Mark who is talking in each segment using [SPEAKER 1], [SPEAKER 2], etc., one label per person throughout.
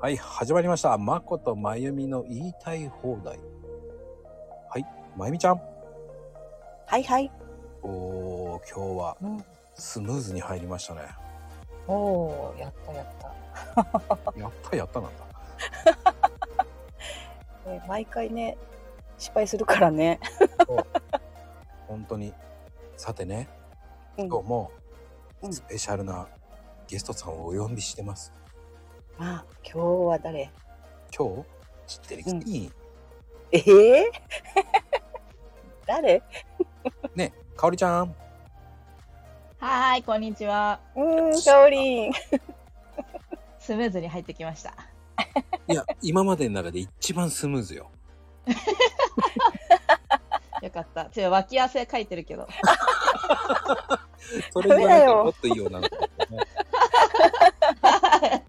[SPEAKER 1] はい、始まりました。まことまゆみの言いたい放題。はい、まゆみちゃん。
[SPEAKER 2] はいはい。
[SPEAKER 1] おー、今日は
[SPEAKER 2] うん、
[SPEAKER 1] スムーズに入りましたね。
[SPEAKER 2] おお、やったやった。
[SPEAKER 1] やったやったなんだ。
[SPEAKER 2] えー毎回ね、失敗するからね。
[SPEAKER 1] 本当に。さてね、
[SPEAKER 2] うん
[SPEAKER 1] 今日も
[SPEAKER 2] うん
[SPEAKER 1] スペシャルなゲストさんをお呼びしてます。
[SPEAKER 2] あ、今日は誰？
[SPEAKER 1] 今日、知ってる人に、
[SPEAKER 2] ええ 誰？
[SPEAKER 1] ね、かおりちゃん。
[SPEAKER 3] はーい、こんにちは。
[SPEAKER 2] うーん、かおりん。
[SPEAKER 3] スムーズに入ってきました。
[SPEAKER 1] いや、今までの中で一番スムー ズよ。
[SPEAKER 3] よかった。ちょっと脇汗かいてる けど。
[SPEAKER 1] それがなんかもっといいようなのかもね。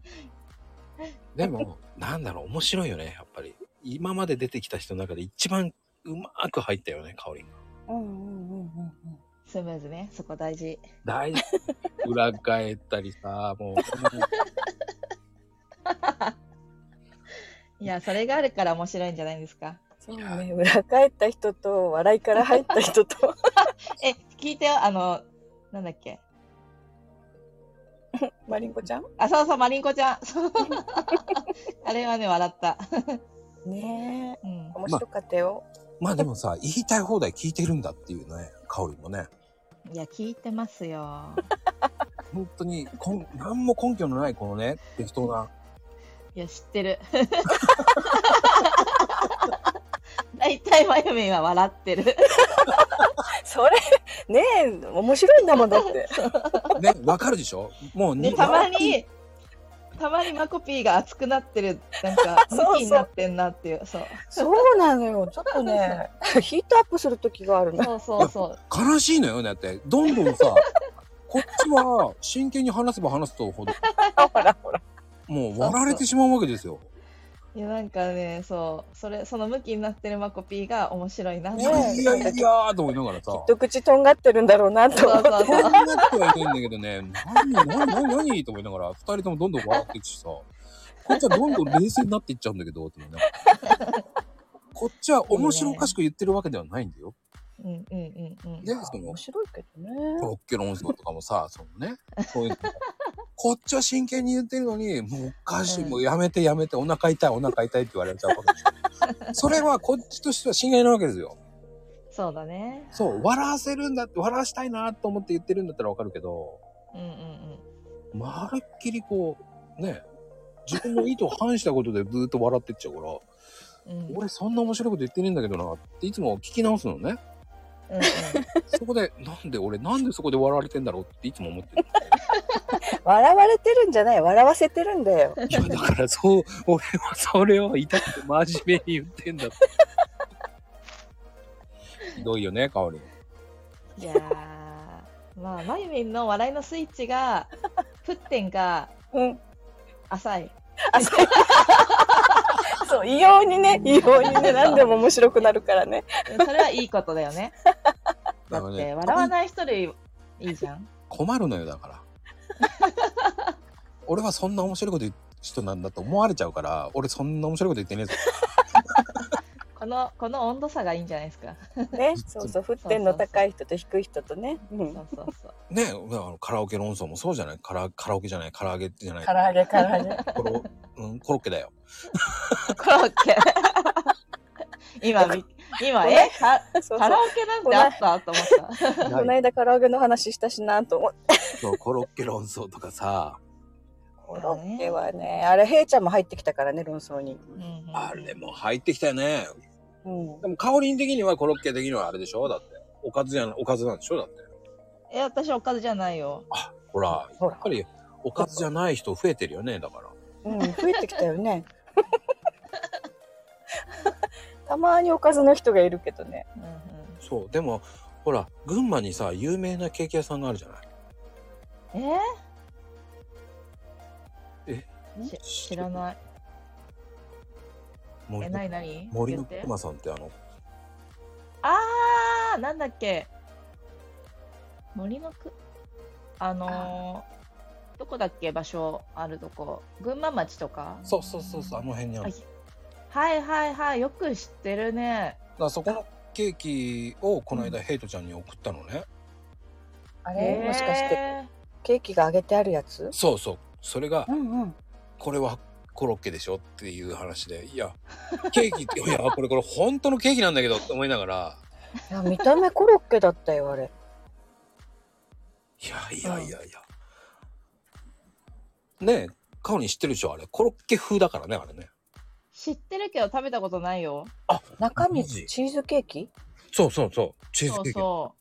[SPEAKER 1] でも、なんだろう、面白いよね、やっぱり。今まで出てきた人の中で一番うまく入ったよね、香りが。
[SPEAKER 2] うんうんうんうんうん。
[SPEAKER 3] スムーズね、そこ大事。
[SPEAKER 1] 大事。裏返ったりさ、もう、
[SPEAKER 3] いや、それがあるから面白いんじゃないですか。
[SPEAKER 2] そうね、裏返った人と笑いから入った人と。
[SPEAKER 3] え、聞いてよ、あの、なんだっけ。
[SPEAKER 2] マリンコちゃん？
[SPEAKER 3] あ、そうそう、マリンコちゃん。 そうあれはね、笑った。
[SPEAKER 2] ねえ、
[SPEAKER 3] うん、
[SPEAKER 2] 面白かったよ。
[SPEAKER 1] まあでもさ、言いたい放題聞いてるんだっていうね、香りもね。
[SPEAKER 3] いや、聞いてますよ。
[SPEAKER 1] 本当に、こん、なんも根拠のない、このね、適当な。
[SPEAKER 3] いや、知って る。大体、まゆみんは笑ってる。
[SPEAKER 2] それねえ、面白いんだもんだって。
[SPEAKER 1] ね、わかるでしょもう
[SPEAKER 3] で
[SPEAKER 1] に、
[SPEAKER 3] たまにたまにマコピーが熱くなってるなんか
[SPEAKER 2] そうそう
[SPEAKER 3] 向きになってんなっていうそう
[SPEAKER 2] そうなのよ。ちょっ とね、ヒートアップする時があるの。
[SPEAKER 3] そうそうそう
[SPEAKER 1] 悲しいのよね、だって。どんどんさ、こっちは真剣に話せば話すとほど、
[SPEAKER 2] ほらほら。
[SPEAKER 1] もう割られてしまうわけですよ。
[SPEAKER 3] いやなんかねそうそれその向きになってるマコピーが面白いなって
[SPEAKER 1] い
[SPEAKER 2] そう
[SPEAKER 1] や
[SPEAKER 2] ね
[SPEAKER 1] いやいやーと思いながらさ。
[SPEAKER 2] 一口とんがってるんだろうなと
[SPEAKER 3] そ
[SPEAKER 2] 思
[SPEAKER 3] う
[SPEAKER 2] って。
[SPEAKER 3] そう
[SPEAKER 1] そん
[SPEAKER 3] そう
[SPEAKER 1] なことは言えないんだけどね、何、何、何、何と思いながら、二人ともどんどん笑っていくしさ、こっちはどんどん冷静になっていっちゃうんだけど、って思いながら。こっちは面白おかしく言ってるわけではないんだよ。
[SPEAKER 3] うんうんうんうん
[SPEAKER 1] で、その
[SPEAKER 2] 面、白いけどね。
[SPEAKER 1] コロッケの音声とかもさ、そのね、そういうの。こっちは真剣に言ってるのに、もうおかしい、
[SPEAKER 3] うん
[SPEAKER 1] もうやめてやめて、お腹痛い、お腹痛いって言われちゃうわけでしょ。それはこっちとしては真剣なわけですよ。
[SPEAKER 3] そうだね
[SPEAKER 1] そう、笑わせるんだって、笑わしたいなと思って言ってるんだったらわかるけど、
[SPEAKER 3] うんうん
[SPEAKER 1] まるっきりこう、ね、自分の意図を反したことでずーっと笑ってっちゃうから、
[SPEAKER 3] うんうんうん
[SPEAKER 1] 俺そんな面白いこと言ってねえんだけどなっていつも聞き直すのね。
[SPEAKER 3] うん
[SPEAKER 1] そこで、なんで俺、なんでそこで笑われてんだろうっていつも思ってる。
[SPEAKER 2] 笑われてるんじゃない笑わせてるんだよ。
[SPEAKER 1] いや、だからそう、俺はそれを痛くて真面目に言ってんだって。ひどいよね、香り。
[SPEAKER 3] いやーまあまゆみんの笑いのスイッチが沸点が
[SPEAKER 2] うん。
[SPEAKER 3] 浅い
[SPEAKER 2] あ、そう。 そう、異様にね、異様にね、何でも面白くなるからね。
[SPEAKER 3] それはいいことだよねだ
[SPEAKER 1] か
[SPEAKER 3] っ
[SPEAKER 1] ら
[SPEAKER 3] て
[SPEAKER 1] ね
[SPEAKER 3] 笑わない人よりいいじゃん
[SPEAKER 1] 困るのよ、だ から。俺はそんな面白いこと言う人なんだと思われちゃうから、俺そんな面白いこと言ってねえぞ。
[SPEAKER 3] このこの温度差がいいんじゃないですか。
[SPEAKER 2] ね、そうそう、沸点の高い人と低い人とね。う
[SPEAKER 3] そ
[SPEAKER 2] ん。
[SPEAKER 3] うそうそう。
[SPEAKER 1] ねあのカラオケの音声もそうじゃないカラカラオケじゃない唐揚げじゃない
[SPEAKER 2] 唐揚げ、唐揚げ。
[SPEAKER 1] コロ,、うん、コロッケだよ。
[SPEAKER 3] コロッケ。 今び今えカ
[SPEAKER 2] そうそ
[SPEAKER 3] カ
[SPEAKER 2] う
[SPEAKER 3] ラ。オケなんてあったと思った。
[SPEAKER 2] この間唐揚げの話したしなと思って。
[SPEAKER 1] そうコロッケ論争とかさ、
[SPEAKER 2] コロッケはね、あれ、へいちゃんも入ってきたからね、論争に。
[SPEAKER 3] うんうんうん
[SPEAKER 1] あれも入ってきたよね。
[SPEAKER 2] うん
[SPEAKER 1] で。も香り的にはコロッケ的にはあれでしょだって。おかずじゃなおかずなんでしょだって。
[SPEAKER 3] え私おかずじゃないよ。
[SPEAKER 1] ほら、
[SPEAKER 2] ほ
[SPEAKER 1] や
[SPEAKER 2] ら
[SPEAKER 1] っ。ぱりおかずじゃない人増えてるよね、だから。
[SPEAKER 2] うん、増えてきたよ ね。たまにおかずの人がいるけどね。
[SPEAKER 3] うんうん
[SPEAKER 1] そう。でも、ほら、群馬にさ、有名なケーキ屋さんがあるじゃない
[SPEAKER 3] え
[SPEAKER 2] し
[SPEAKER 3] 知らない。え
[SPEAKER 1] 森の
[SPEAKER 3] 何何？
[SPEAKER 1] 森
[SPEAKER 3] 言
[SPEAKER 1] の
[SPEAKER 3] って
[SPEAKER 1] 熊さんってあの、
[SPEAKER 3] あーなんだっけ。森のくあのーどこだっけ場所あるとこ群馬町とか
[SPEAKER 1] そうそうそうそう、あの辺にある。
[SPEAKER 3] はいはいはいはいよく知ってるね
[SPEAKER 1] だからそこのケーキをこの間ヘイトちゃんに送ったのね。
[SPEAKER 2] あ
[SPEAKER 3] へ
[SPEAKER 2] れ
[SPEAKER 3] ー
[SPEAKER 2] もしかしてケーキが揚げてあるやつ
[SPEAKER 1] そうそう。それが
[SPEAKER 2] う、んうん
[SPEAKER 1] これはコロッケでしょっていう話で、いや、ケーキって、い や、これこれ本当のケーキなんだけどって思いながら、
[SPEAKER 2] いや見た目コロッケだったよあれ
[SPEAKER 1] いやいやいやいや。ねえ、カオリン知ってるでしょあれ。コロッケ風だからね、あれね。
[SPEAKER 3] 知ってるけど食べたことないよ
[SPEAKER 2] 中
[SPEAKER 1] マ
[SPEAKER 2] 身
[SPEAKER 1] ジ
[SPEAKER 2] チーズケーキ
[SPEAKER 1] そうそうそう。チーズ
[SPEAKER 3] そう
[SPEAKER 1] ケーキ。
[SPEAKER 3] そ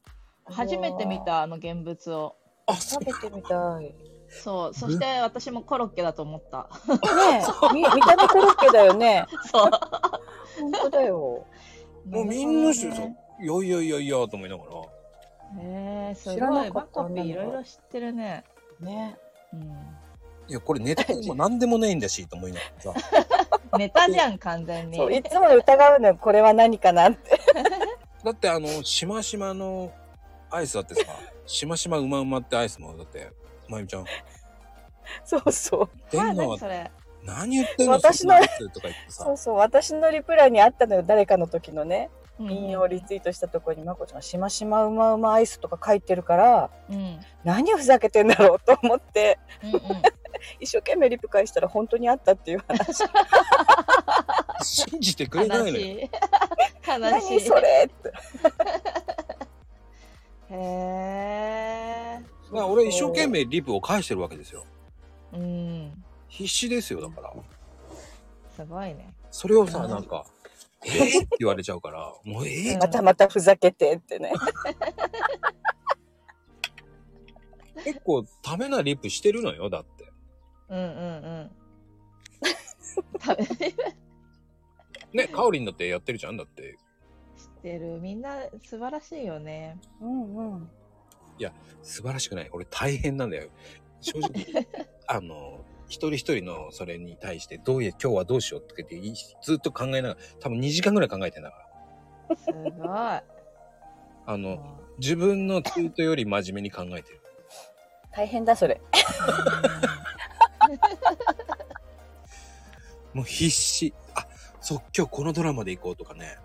[SPEAKER 3] う初めて見たあの現物を
[SPEAKER 1] あ、そ
[SPEAKER 2] 食べてみたいね
[SPEAKER 3] そうそして私もコロッケだと思った
[SPEAKER 2] えみ見た目コロッケだよね
[SPEAKER 3] そう
[SPEAKER 2] 本当だよ
[SPEAKER 1] もうみんなしてる
[SPEAKER 3] 知
[SPEAKER 1] さ、いやいやいやいやと思いながら、
[SPEAKER 3] えー、す
[SPEAKER 2] 知ら
[SPEAKER 3] ご
[SPEAKER 2] な
[SPEAKER 3] い
[SPEAKER 2] か
[SPEAKER 3] バ
[SPEAKER 2] った
[SPEAKER 3] コピーいろいろ知ってるね
[SPEAKER 2] ね
[SPEAKER 3] うん
[SPEAKER 1] いや、これネタに も何でもないんだし、と思いながらさ、
[SPEAKER 3] ネタじゃん完全に
[SPEAKER 2] そういつも疑うのよこれは何かなって
[SPEAKER 1] だってあの、しましまのアイスだって さ、しましまうまうまってアイスも、だって、まゆみちゃん、
[SPEAKER 2] そうそう
[SPEAKER 1] 出
[SPEAKER 3] あ
[SPEAKER 1] んの
[SPEAKER 3] 何
[SPEAKER 1] は
[SPEAKER 3] それ
[SPEAKER 1] 何言ってんの
[SPEAKER 2] 私の
[SPEAKER 1] そんなやつとか言って
[SPEAKER 2] そ
[SPEAKER 1] さ
[SPEAKER 2] う、そう私のリプライにあったのよ誰かの時のね
[SPEAKER 3] うん
[SPEAKER 2] 引用リツイートしたところにまこちゃん「しましまうまうまアイス」とか書いてるから
[SPEAKER 3] うんうん
[SPEAKER 2] 何をふざけてんだろうと思って
[SPEAKER 3] うん
[SPEAKER 2] 一生懸命リプ返したら本当にあったっていう話
[SPEAKER 1] 信じてくれない
[SPEAKER 3] 悲
[SPEAKER 1] のよ。
[SPEAKER 3] しい悲し
[SPEAKER 2] 何
[SPEAKER 3] い
[SPEAKER 2] それって
[SPEAKER 3] へえ
[SPEAKER 1] だから俺一生懸命リプを返してるわけですよ。
[SPEAKER 3] うん
[SPEAKER 1] 必死ですよ、だから。
[SPEAKER 3] すごいね
[SPEAKER 1] それをさ、なんか、え ー、って言われちゃうから、もうええ
[SPEAKER 2] またまたふざけてってね
[SPEAKER 1] 結構ためなリプしてるのよ、だって。
[SPEAKER 3] うんうんうん食べ知っ
[SPEAKER 1] ね、カオリンだってやってるじゃん、だって。
[SPEAKER 3] てるみんな素晴らしいよね
[SPEAKER 2] うんうん
[SPEAKER 1] 素晴らしくない俺大変なんだよ正直あの一人一人のそれに対してどういう今日はどうしようって言ってずっと考えながら多分2時間ぐらい考えてんだから
[SPEAKER 3] すごい
[SPEAKER 1] あの
[SPEAKER 3] もう
[SPEAKER 1] 自分のツイートより真面目に考えてる
[SPEAKER 2] 大変だそれ
[SPEAKER 1] もう必死あ即興このドラマで行こうとかね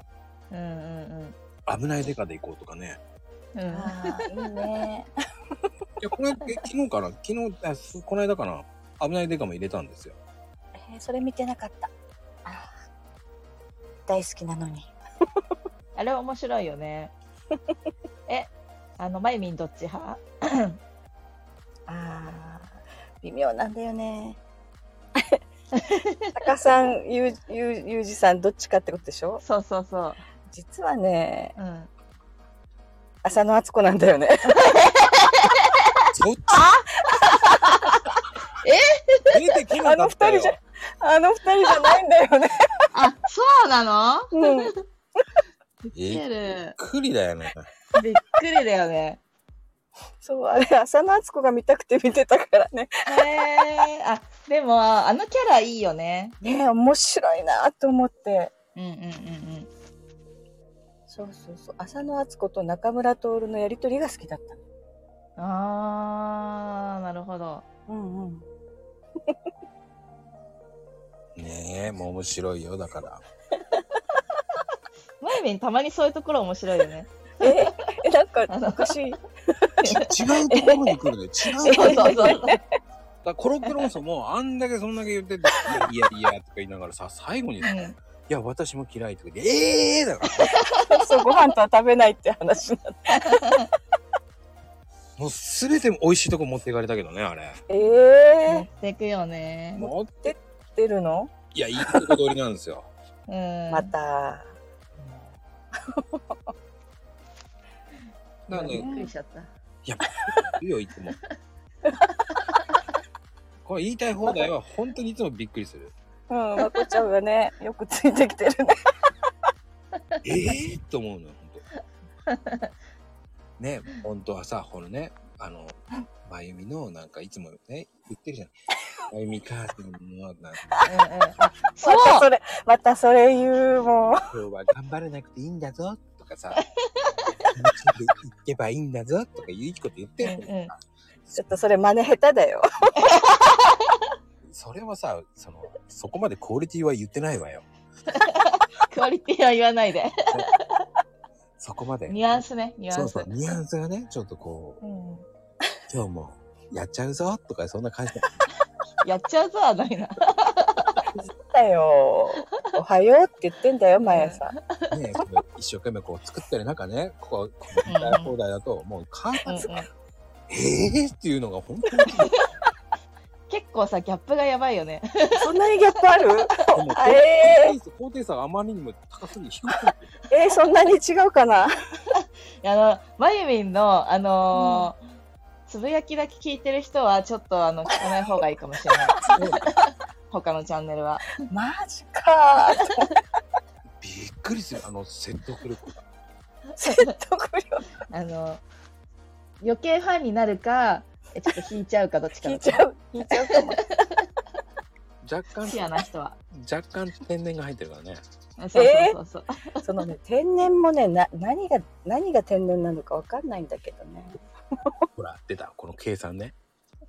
[SPEAKER 3] うんうん
[SPEAKER 1] 危ないデカで行こうとかね
[SPEAKER 3] うんうん
[SPEAKER 2] ああいいね
[SPEAKER 1] いやこれえ昨日かな昨日あすこの間かな危ないデカも入れたんですよ
[SPEAKER 2] えーそれ見てなかったあー大好きなのに
[SPEAKER 3] あれ面白いよ ねえあのまゆみんどっち派
[SPEAKER 2] あー微妙なんだよねタカさんゆうゆうゆうじさんどっちかってことでしょ
[SPEAKER 3] そうそうそ
[SPEAKER 2] 実はね
[SPEAKER 3] ううん
[SPEAKER 2] 浅野敦子なんだよね
[SPEAKER 1] そっち え出てきな
[SPEAKER 2] あ
[SPEAKER 1] か
[SPEAKER 2] の
[SPEAKER 1] っ
[SPEAKER 2] 二
[SPEAKER 1] た
[SPEAKER 2] 人
[SPEAKER 1] よ
[SPEAKER 2] じゃあの二人じゃないんだよね、
[SPEAKER 3] あそうなの
[SPEAKER 2] うん、
[SPEAKER 1] びっ
[SPEAKER 3] る
[SPEAKER 1] くりだよね
[SPEAKER 3] びっくりだよね
[SPEAKER 2] そうあれ浅野敦子が見たくて見てたからね
[SPEAKER 3] へえあでもあのキャラいいよね
[SPEAKER 2] ねえ面白いなと思って
[SPEAKER 3] うんうんうんうん
[SPEAKER 2] そうそうそう浅野敦子と中村徹のやりとりが好きだった
[SPEAKER 3] あーなるほど
[SPEAKER 2] うんうん
[SPEAKER 1] ねえもう面白いよだ から
[SPEAKER 3] まゆみんたまにそういうところ面白いよね
[SPEAKER 2] え えなんか
[SPEAKER 3] あの
[SPEAKER 2] おかしい
[SPEAKER 1] ち違うところに来るのよ。違うところ
[SPEAKER 3] そう
[SPEAKER 1] に来
[SPEAKER 3] そう
[SPEAKER 1] るだ
[SPEAKER 3] そ
[SPEAKER 1] か
[SPEAKER 3] う
[SPEAKER 1] らコロッケ論争もあんだけそんだけ言ってて、いやいやいやとか言いながらさ、最後にさ、い
[SPEAKER 3] うん
[SPEAKER 1] や私も嫌いとか言って、ええーだから、
[SPEAKER 2] そうご飯とは食べないって話になって
[SPEAKER 1] もうすべて美味しいとこ持っていかれたけどね、あれ。
[SPEAKER 2] え
[SPEAKER 3] 持
[SPEAKER 2] え
[SPEAKER 3] ってくよね
[SPEAKER 1] もう、
[SPEAKER 2] ー、出るの
[SPEAKER 1] いや、いいとこ取りなんですよ。
[SPEAKER 3] うん
[SPEAKER 2] また
[SPEAKER 1] なので、い
[SPEAKER 3] びっくりしちゃった
[SPEAKER 1] や、いいよ、いつも。 これ言いたい放題は本当にいつもびっくりする。
[SPEAKER 2] うんまこちゃんが ねよくついてきてるね
[SPEAKER 1] ええー、と思うのよ、本当。ね、本当はさ、このね、あの、まゆみの、なんかいつもね、言ってるじゃん。まゆみ母さんの、なんか、
[SPEAKER 3] うんうんあそう
[SPEAKER 2] またそれまたそれ言うもう
[SPEAKER 1] 今日は頑張らなくていいんだぞ、とかさ、行けばいいんだぞとかいいこと言ってるのに
[SPEAKER 3] うんうん
[SPEAKER 2] ちょっとそれ真似下手だよ。
[SPEAKER 1] それはさそのそこまでクオリティは言ってないわよ
[SPEAKER 3] クオリティは言わないで。
[SPEAKER 1] そこまで
[SPEAKER 3] ニュアンスね、ニュア
[SPEAKER 1] そ
[SPEAKER 3] ン
[SPEAKER 1] う
[SPEAKER 3] ス。
[SPEAKER 1] そうニュアンスがねちょっとこう
[SPEAKER 3] うん
[SPEAKER 1] 今日もやっちゃうぞとかそんな感じだ
[SPEAKER 3] やっちゃうぞはないな。
[SPEAKER 2] だよ。おはようって言ってんだよ、毎朝。
[SPEAKER 1] ねその一生懸命こう作ってる中ねこここうみたいな放題だともうか
[SPEAKER 3] うんうん
[SPEAKER 1] ええー、っていうのが本当に気になる
[SPEAKER 3] 結構さ、ギャップがやばいよね。
[SPEAKER 2] そんなにギャップある
[SPEAKER 1] でも
[SPEAKER 2] あえ
[SPEAKER 1] 高低差があまりにも高すぎて低すぎて
[SPEAKER 2] ー、えー、そんなに違うかない
[SPEAKER 3] やあの、まゆみんの、あのーつぶやきだけ聞いてる人は、ちょっと、あの、聞かない方がいいかもしれない。 他のチャンネルは。
[SPEAKER 2] マジか
[SPEAKER 1] びっくりするあの説得力が
[SPEAKER 2] 説得力
[SPEAKER 3] あの、余計ファンになるか、えちょっと引いちゃうか、どっちか
[SPEAKER 2] 聞
[SPEAKER 3] だ
[SPEAKER 2] い
[SPEAKER 3] と
[SPEAKER 2] ちゃう。聞いちゃうかも。
[SPEAKER 1] 若干
[SPEAKER 3] シアな人は。
[SPEAKER 1] 若干天然が入ってるからね
[SPEAKER 3] そうそうそうそう。
[SPEAKER 2] そのね、 天然もね、な、何が、何が天然なのかわかんないんだけどね。
[SPEAKER 1] ほら出たこの計算ね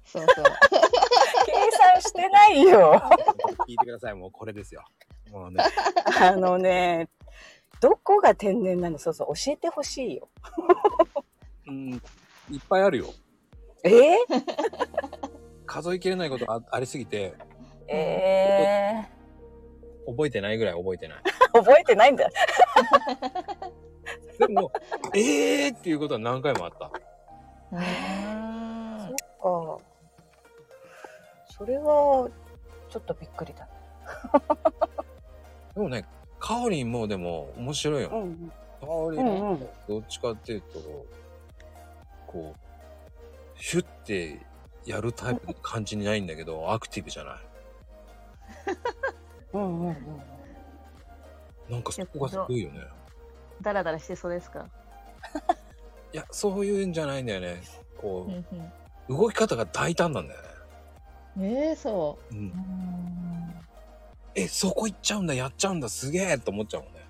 [SPEAKER 3] そ う
[SPEAKER 2] 計算してないよ。
[SPEAKER 1] 聞いてくださいもうこれですよもうね
[SPEAKER 2] あのね、どこが天然なのそうそう、教えてほしいよ。
[SPEAKER 1] うんいっぱいあるよ
[SPEAKER 2] えー、
[SPEAKER 1] 数えきれないことあありすぎて
[SPEAKER 2] え
[SPEAKER 1] 覚えてないぐらい覚えてない
[SPEAKER 2] ー、 覚えてないんだ。
[SPEAKER 1] でも ええー、っていうことは何回もあった
[SPEAKER 3] そう。うーん
[SPEAKER 2] か。それは、ちょっとびっくりだ。
[SPEAKER 1] でもねかおりんもでも面白いよ
[SPEAKER 2] うん。
[SPEAKER 1] かおり
[SPEAKER 2] うんんうん。
[SPEAKER 1] どっちかっていうと、こう、シュッてやるタイプの感じにないんだけど、アクティブじゃない。
[SPEAKER 2] うんうんうん。
[SPEAKER 1] なんかそこがすごいよね。
[SPEAKER 3] だらだらしてそうですか。
[SPEAKER 1] いや、そういうんじゃないんだよね。こ
[SPEAKER 3] うん
[SPEAKER 1] う、動き方が大胆なんだよね。
[SPEAKER 3] うんええそ
[SPEAKER 1] うん。え、そこ行っちゃうんだ、やっちゃうんだ、すげえと思っちゃうもんね。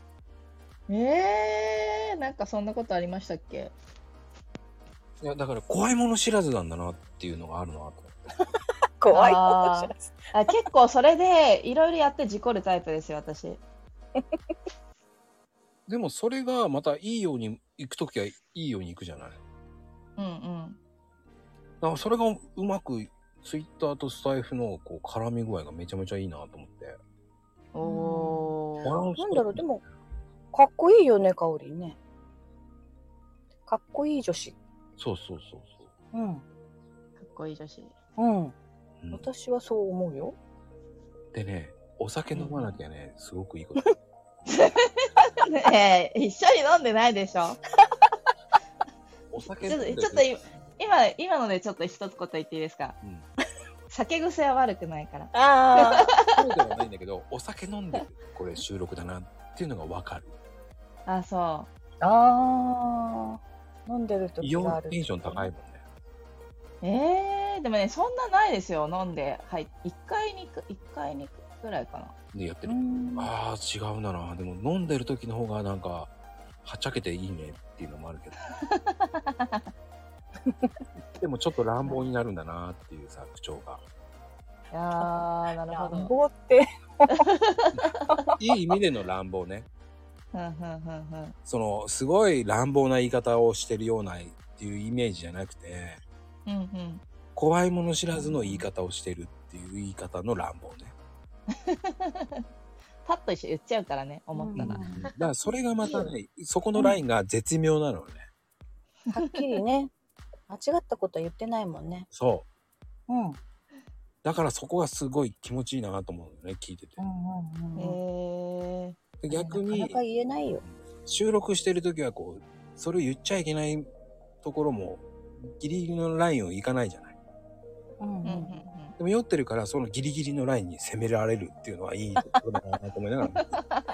[SPEAKER 3] う。ええなんかそんなことありましたっけ
[SPEAKER 1] いや、だから怖いもの知らずなんだなっていうのがあるなと思って。
[SPEAKER 2] 怖いことじゃ
[SPEAKER 3] あ結構それでいろいろやって事故るタイプですよ、私。
[SPEAKER 1] でもそれがまたいいように行くときはいいように行くじゃない。だか
[SPEAKER 3] うんうん。
[SPEAKER 1] らそれがうまく、ツイッターとスタイフのこう絡み具合がめちゃめちゃいいなと思って。
[SPEAKER 3] お
[SPEAKER 1] バラ
[SPEAKER 3] ー
[SPEAKER 1] ンス
[SPEAKER 2] なんだろう、でも、かっこいいよね、かおりんね。かっこいい女子。
[SPEAKER 1] そうそうそうそう
[SPEAKER 2] うん。
[SPEAKER 3] かっこいい女子。
[SPEAKER 2] う
[SPEAKER 1] う
[SPEAKER 2] ん。
[SPEAKER 1] ん、
[SPEAKER 2] 私はそう思うよ。
[SPEAKER 1] でねお酒飲まなきゃね、すごくいいこと
[SPEAKER 3] ねえ、一緒に飲んでないでしょ。
[SPEAKER 1] お酒
[SPEAKER 3] ちょっと、
[SPEAKER 1] 飲んで
[SPEAKER 3] ちょっと今、今のでちょっと一つこと言っていいですか。
[SPEAKER 1] うん
[SPEAKER 3] 酒癖は悪くないから。
[SPEAKER 2] あ
[SPEAKER 1] そうではないんだけどお酒飲んでるこれ収録だなっていうのがわかる
[SPEAKER 3] あ、そ
[SPEAKER 2] あ。ああ。飲んでる時
[SPEAKER 1] イオ
[SPEAKER 2] があ
[SPEAKER 1] ン
[SPEAKER 2] る。
[SPEAKER 1] テンション高いもんね
[SPEAKER 3] う。ええでもね、そんなないですよ、飲んで。はい。一回にく、一回にくぐらいかな。
[SPEAKER 1] でやって
[SPEAKER 2] う
[SPEAKER 1] る、
[SPEAKER 2] ん。
[SPEAKER 1] あー違うななでも飲んでる時の方がなんかはっちゃけていいねっていうのもあるけどでもちょっと乱暴になるんだなっていうさ口調が
[SPEAKER 3] いやー、なるほ
[SPEAKER 2] 乱
[SPEAKER 3] ど。
[SPEAKER 2] 暴って。
[SPEAKER 1] いい意味での乱暴ね
[SPEAKER 3] ふんふんふんふん。
[SPEAKER 1] そのすごい乱暴な言い方をしてるようなっていうイメージじゃなくて
[SPEAKER 3] うんうん。
[SPEAKER 1] 怖いもの知らずの言い方をしてるっていう言い方の乱暴ね、
[SPEAKER 3] パッと一緒言っちゃうからね、思った
[SPEAKER 1] だ
[SPEAKER 3] ら。
[SPEAKER 2] うん
[SPEAKER 1] からそれがまたねそこのラインが絶妙なのね、
[SPEAKER 2] はっきりね。 間違ったことは言ってないもんね。
[SPEAKER 1] そう
[SPEAKER 2] うん。うん
[SPEAKER 1] だからそこがすごい気持ちいいなと思うのね聞いてて
[SPEAKER 2] うんうんうん。
[SPEAKER 3] え
[SPEAKER 1] で逆
[SPEAKER 2] な
[SPEAKER 1] に
[SPEAKER 2] かなか言えないよ。
[SPEAKER 1] 収録してる時はこうそれを言っちゃいけないところもギリギリのラインをいかないじゃない
[SPEAKER 2] うんう
[SPEAKER 3] ー。うんうん
[SPEAKER 2] ん。
[SPEAKER 3] う
[SPEAKER 1] でも酔ってるからそのギリギリのラインに攻められるっていうのはいいところだなと思いながら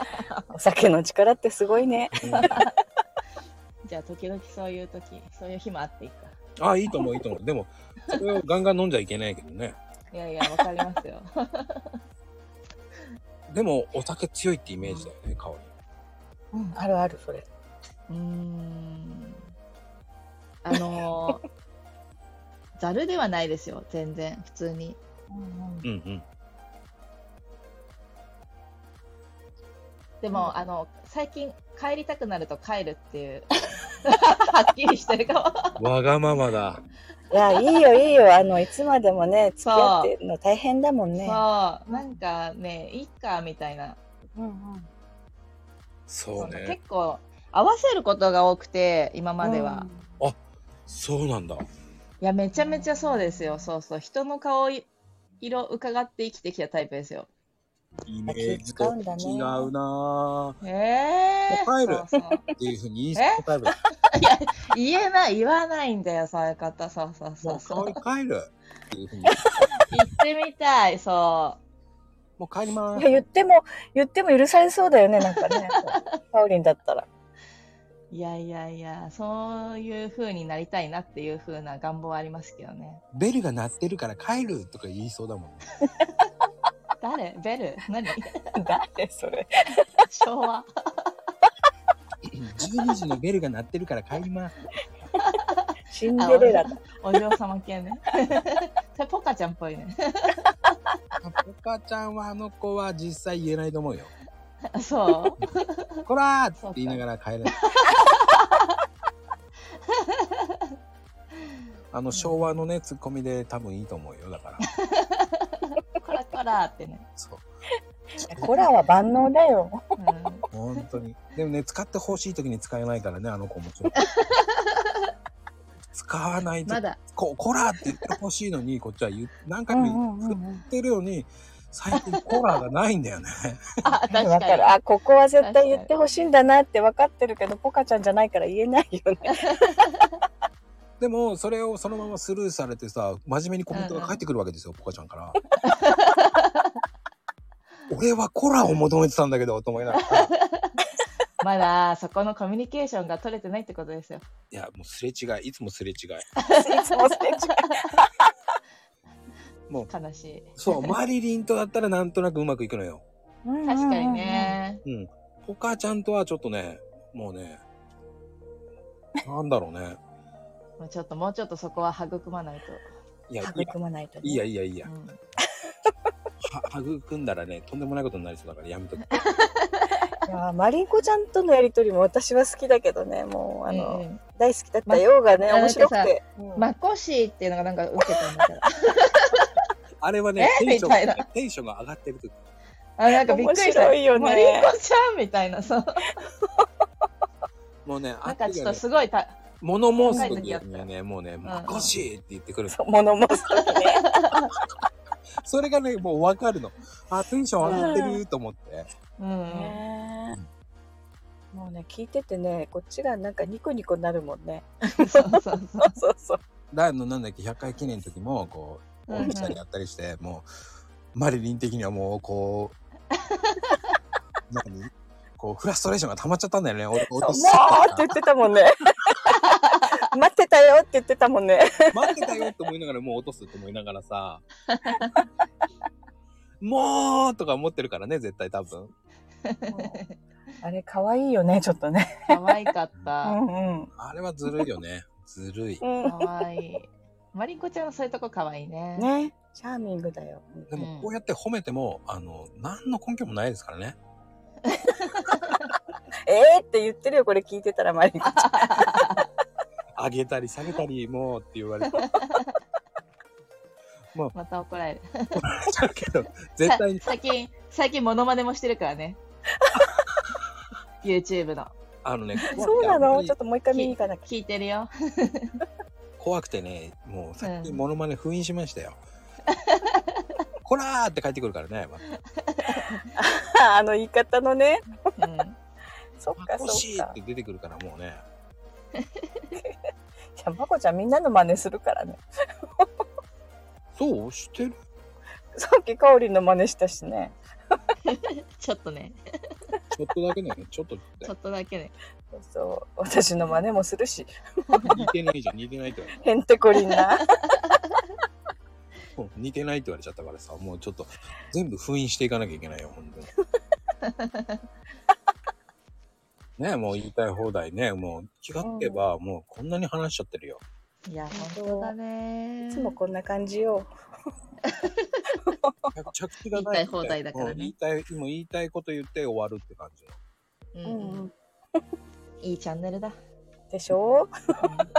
[SPEAKER 2] お酒の力ってすごいね。
[SPEAKER 3] ん。じゃあ、時々そういう時、そういう日もあっていいか。
[SPEAKER 1] ああ、いいと思う、いいと思う。でも、それをガンガン飲んじゃいけないけどね。
[SPEAKER 3] いやいや、わかりますよ。
[SPEAKER 1] でも、お酒強いってイメージだよね、香り。
[SPEAKER 2] うん、あるある、それ。
[SPEAKER 3] うーん。あのー ざるではないですよ、全然、普通に。
[SPEAKER 1] うんうん。
[SPEAKER 3] でも、あの、最近、帰りたくなると帰るっていう、 はっきりしてるかも。
[SPEAKER 1] わがままだ。
[SPEAKER 2] いや、いいよ、いいよ。あの、いつまでもね、付き合ってるの大変だもんね。
[SPEAKER 3] そう、なんかね、いいか、みたいな。
[SPEAKER 2] うんうん
[SPEAKER 1] そう
[SPEAKER 3] その
[SPEAKER 1] ね。
[SPEAKER 3] 結構、合わせることが多くて、今までは。
[SPEAKER 1] そうなんだ。
[SPEAKER 3] いや、めちゃめちゃそうですよ。そうそう。人の顔い色伺って生きてきたタイプですよ。
[SPEAKER 1] イメ
[SPEAKER 2] メ
[SPEAKER 1] ー
[SPEAKER 2] ー
[SPEAKER 1] ジ
[SPEAKER 2] ジ
[SPEAKER 1] と
[SPEAKER 2] と
[SPEAKER 1] 違
[SPEAKER 2] 違
[SPEAKER 1] う
[SPEAKER 2] う
[SPEAKER 1] な
[SPEAKER 3] ええ
[SPEAKER 1] もう
[SPEAKER 3] ー。
[SPEAKER 1] 帰る
[SPEAKER 3] そうそう
[SPEAKER 1] ーっていうふうに言いそうタイプ だ。
[SPEAKER 3] 言えない、言わないんだよ、そういう方。そうそうそ
[SPEAKER 1] も
[SPEAKER 3] う
[SPEAKER 1] う
[SPEAKER 3] そう。
[SPEAKER 1] 顔に帰るっていうふうに。
[SPEAKER 3] 行ってみたい、そ
[SPEAKER 1] もう帰りま
[SPEAKER 2] い
[SPEAKER 1] す
[SPEAKER 2] や、。言っても、言っても許されそうだよね、なんか ね。パオリンだったら。
[SPEAKER 3] う。いやいやいや、そういう風になりたいなっていう風な願望はありますけどね。
[SPEAKER 1] ベルが鳴ってるから帰るとか言いそうだもんね。
[SPEAKER 3] 誰ベル何
[SPEAKER 2] 誰それ。
[SPEAKER 3] 昭和
[SPEAKER 1] 12時のベルが鳴ってるから帰ります。
[SPEAKER 2] シンデレラ。
[SPEAKER 3] お嬢様系ね。 それポカちゃんっぽいね。
[SPEAKER 1] ポカちゃんはあの子は実際言えないと思うよ。
[SPEAKER 3] そ
[SPEAKER 1] こらーって言いながら帰れない。あの昭和のね、ツッコミで多分いいと思うよ。だから。
[SPEAKER 3] う。コラコラってね。
[SPEAKER 1] そう。
[SPEAKER 2] コラは万能だよ。
[SPEAKER 3] うん
[SPEAKER 1] 本当に。でもね、使ってほしい時に使えないからね、あの子もちろん。使わないと
[SPEAKER 3] ま、だ。
[SPEAKER 1] こ、こらって言ってほしいのに、こっちは言う何回も言ってるように、最近コラがないんだよね。
[SPEAKER 3] あ、確
[SPEAKER 2] わか
[SPEAKER 3] かに
[SPEAKER 2] る。。あ、ここは絶対言ってほしいんだなって分かってるけど、ポカちゃんじゃないから言えないよ ね。
[SPEAKER 1] でも、それをそのままスルーされてさ、真面目にコメントが返ってくるわけですよ、ポカちゃんから。 俺はコラを求めてたんだけど、と思いながら。
[SPEAKER 3] まだ、そこのコミュニケーションが取れてないってことですよ。
[SPEAKER 1] いや、もうすれ違い、いつもすれ違い。
[SPEAKER 2] いつも捨てちゃ
[SPEAKER 3] 悲しい。
[SPEAKER 1] そう、マリリンとだったらなんとなくうまくいくのよ。
[SPEAKER 2] う。うんうんうん
[SPEAKER 3] 確かに。ね。
[SPEAKER 1] うん。ポカちゃんとはちょっとね、もうね、なんだろうね。
[SPEAKER 3] もうちょっと、もうちょっとそこは育まない
[SPEAKER 1] いや、いいや
[SPEAKER 2] 育まないとね。
[SPEAKER 1] いいや、いいや、いい
[SPEAKER 3] と。
[SPEAKER 1] や
[SPEAKER 3] う。ん
[SPEAKER 1] は、育んだらね、とんでもないことになりそうだからや めとく。
[SPEAKER 2] いやーマリンコちゃんとのやりとりも私は好きだけどねもうあの、
[SPEAKER 3] うん
[SPEAKER 2] 大好きだったようがね、
[SPEAKER 3] ま
[SPEAKER 2] 面白くて、
[SPEAKER 3] うんマコシーっていうのがなんか受けたんだけど。
[SPEAKER 1] あれはね、
[SPEAKER 3] え
[SPEAKER 1] テンション
[SPEAKER 3] みたい
[SPEAKER 1] が、テンションが上がってる時。
[SPEAKER 3] あ、なんかびっくりした。
[SPEAKER 2] 面白いよね
[SPEAKER 3] マリコちゃんみたいな、そう。
[SPEAKER 1] もうね、あ
[SPEAKER 3] な
[SPEAKER 1] っ
[SPEAKER 3] んかち
[SPEAKER 1] ち
[SPEAKER 3] ょっ
[SPEAKER 1] が
[SPEAKER 3] と
[SPEAKER 1] ね
[SPEAKER 3] すごいた、
[SPEAKER 1] 物申す時にはね、もうね、
[SPEAKER 3] ん
[SPEAKER 1] マコシーって言ってくる。
[SPEAKER 2] うん物申す時ね
[SPEAKER 1] それがね、もうわかるの。あ、テンション上がってると思って。
[SPEAKER 3] うん。
[SPEAKER 2] ねーもうね聞いててねこっちがなんかニコニコなるもんね
[SPEAKER 3] そうそうそう。
[SPEAKER 2] そうそう
[SPEAKER 1] だの、なんだっけ、100回記念の時も、こう、
[SPEAKER 3] うん
[SPEAKER 1] オ
[SPEAKER 3] うん
[SPEAKER 1] ンしたりやったりして、もう、マリリン的にはもう、 こう、何こう、フラストレーションが溜まっちゃったんだよね。俺、
[SPEAKER 2] そうも
[SPEAKER 1] 落
[SPEAKER 2] う
[SPEAKER 1] としちゃ
[SPEAKER 2] って
[SPEAKER 1] った
[SPEAKER 2] 言ってた もんね待ってたよって言ってたもんね
[SPEAKER 1] 待ってたよって思いながら、もう落とすって思いながら さ、もうとか思ってるからね、絶対多分。
[SPEAKER 2] あれ可愛いよねちょっとね
[SPEAKER 3] 可愛かっ
[SPEAKER 2] う
[SPEAKER 3] た。
[SPEAKER 2] んうん
[SPEAKER 1] あれはずるいよね。ずるい。
[SPEAKER 2] うん
[SPEAKER 3] 可愛い。マリコちゃんのそういうとこ可愛いね。
[SPEAKER 2] ねチャーミングだよ
[SPEAKER 1] で
[SPEAKER 3] う
[SPEAKER 1] も
[SPEAKER 3] ん
[SPEAKER 1] こうやって褒めても、あの何の根拠もないですからね。
[SPEAKER 2] えーって言ってるよこれ聞いてたらマリンコちゃん
[SPEAKER 1] 上げたり下げたりもうって言われて
[SPEAKER 3] また怒られる。
[SPEAKER 1] ちゃうけど絶対に
[SPEAKER 3] さ最近、最近モノマネもしてるからね。YouTube の。
[SPEAKER 1] あ のね
[SPEAKER 2] そうな
[SPEAKER 1] 怖
[SPEAKER 2] の
[SPEAKER 1] くて
[SPEAKER 2] ちょっともう一回見に行かなきゃ
[SPEAKER 3] 聞いてるよ。
[SPEAKER 1] 怖くてねもうさっき
[SPEAKER 3] うん
[SPEAKER 1] モノマネ封印しましたよ。 こらーって帰ってくるからね。ま
[SPEAKER 2] あの言い方のね。
[SPEAKER 3] うん。
[SPEAKER 2] そっか
[SPEAKER 1] た
[SPEAKER 2] そ
[SPEAKER 1] 欲し
[SPEAKER 2] っ
[SPEAKER 1] いっ
[SPEAKER 2] か。
[SPEAKER 1] て
[SPEAKER 2] じ
[SPEAKER 1] 出てくるからもうね。
[SPEAKER 2] ゃあまこちゃんみんなの真似するからね。
[SPEAKER 1] そうしてる。
[SPEAKER 2] さっきかおりんの真似したしね。
[SPEAKER 3] ちょっとね。
[SPEAKER 1] ちょっとだけだよね。ちょ っと
[SPEAKER 3] ちょっとだけね。
[SPEAKER 2] そうそう。私の真似もするし。
[SPEAKER 1] 似てないじゃん似てないって言われ
[SPEAKER 2] へんてこりんな。
[SPEAKER 1] たもう似てないって言われちゃったからさもうちょっと 全部封印していかなきゃいけないよ本当に。ね、もう言いたい放題ね、もう気がつけば、もうこんなに話しちゃってるよ。
[SPEAKER 3] いや、
[SPEAKER 2] 本当
[SPEAKER 3] 本当だね。
[SPEAKER 2] いつもこんな感じよ。
[SPEAKER 1] 着着地がない
[SPEAKER 3] 言いたい放題だからね
[SPEAKER 1] もう言いたい、もう言いたいこと言って終わるって感じの。
[SPEAKER 3] う
[SPEAKER 2] うんん。
[SPEAKER 3] いいチャンネ ルだ。
[SPEAKER 2] でしょ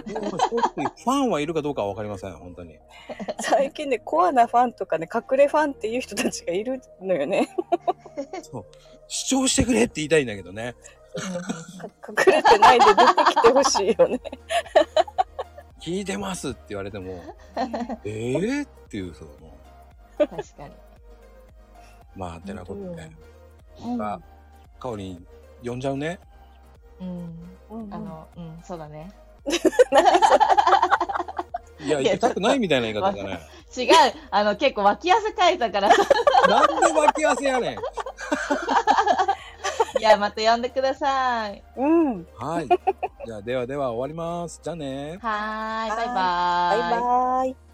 [SPEAKER 1] でも正直、ファンはいるかどうかはわかりません、本当 に。
[SPEAKER 2] 最近ね、コアなファンとかね、隠れファンっていう人たちがいるのよね。
[SPEAKER 1] そう。主張してくれって言いたいんだけどね。
[SPEAKER 2] か隠れてないで出てきてほしいよね。
[SPEAKER 1] 聞いてますって言われて も、えーっていう、その、
[SPEAKER 3] 確かに。
[SPEAKER 1] まあ、てなことで。
[SPEAKER 3] うん
[SPEAKER 1] あ、かおりん、呼んじゃうね。
[SPEAKER 3] うん。あの、うん、そうだね。
[SPEAKER 1] いや、
[SPEAKER 3] いや
[SPEAKER 1] 言いたくないみたいな言い方 だね。
[SPEAKER 3] 違う、あの、結構脇汗かいたからさ。
[SPEAKER 1] なんで脇汗やねん。
[SPEAKER 3] いや、また呼んでください。
[SPEAKER 2] うん。
[SPEAKER 1] はい。じゃあ、ではでは終わります。じゃあね。
[SPEAKER 3] はーい、バイバー
[SPEAKER 2] バイバイ。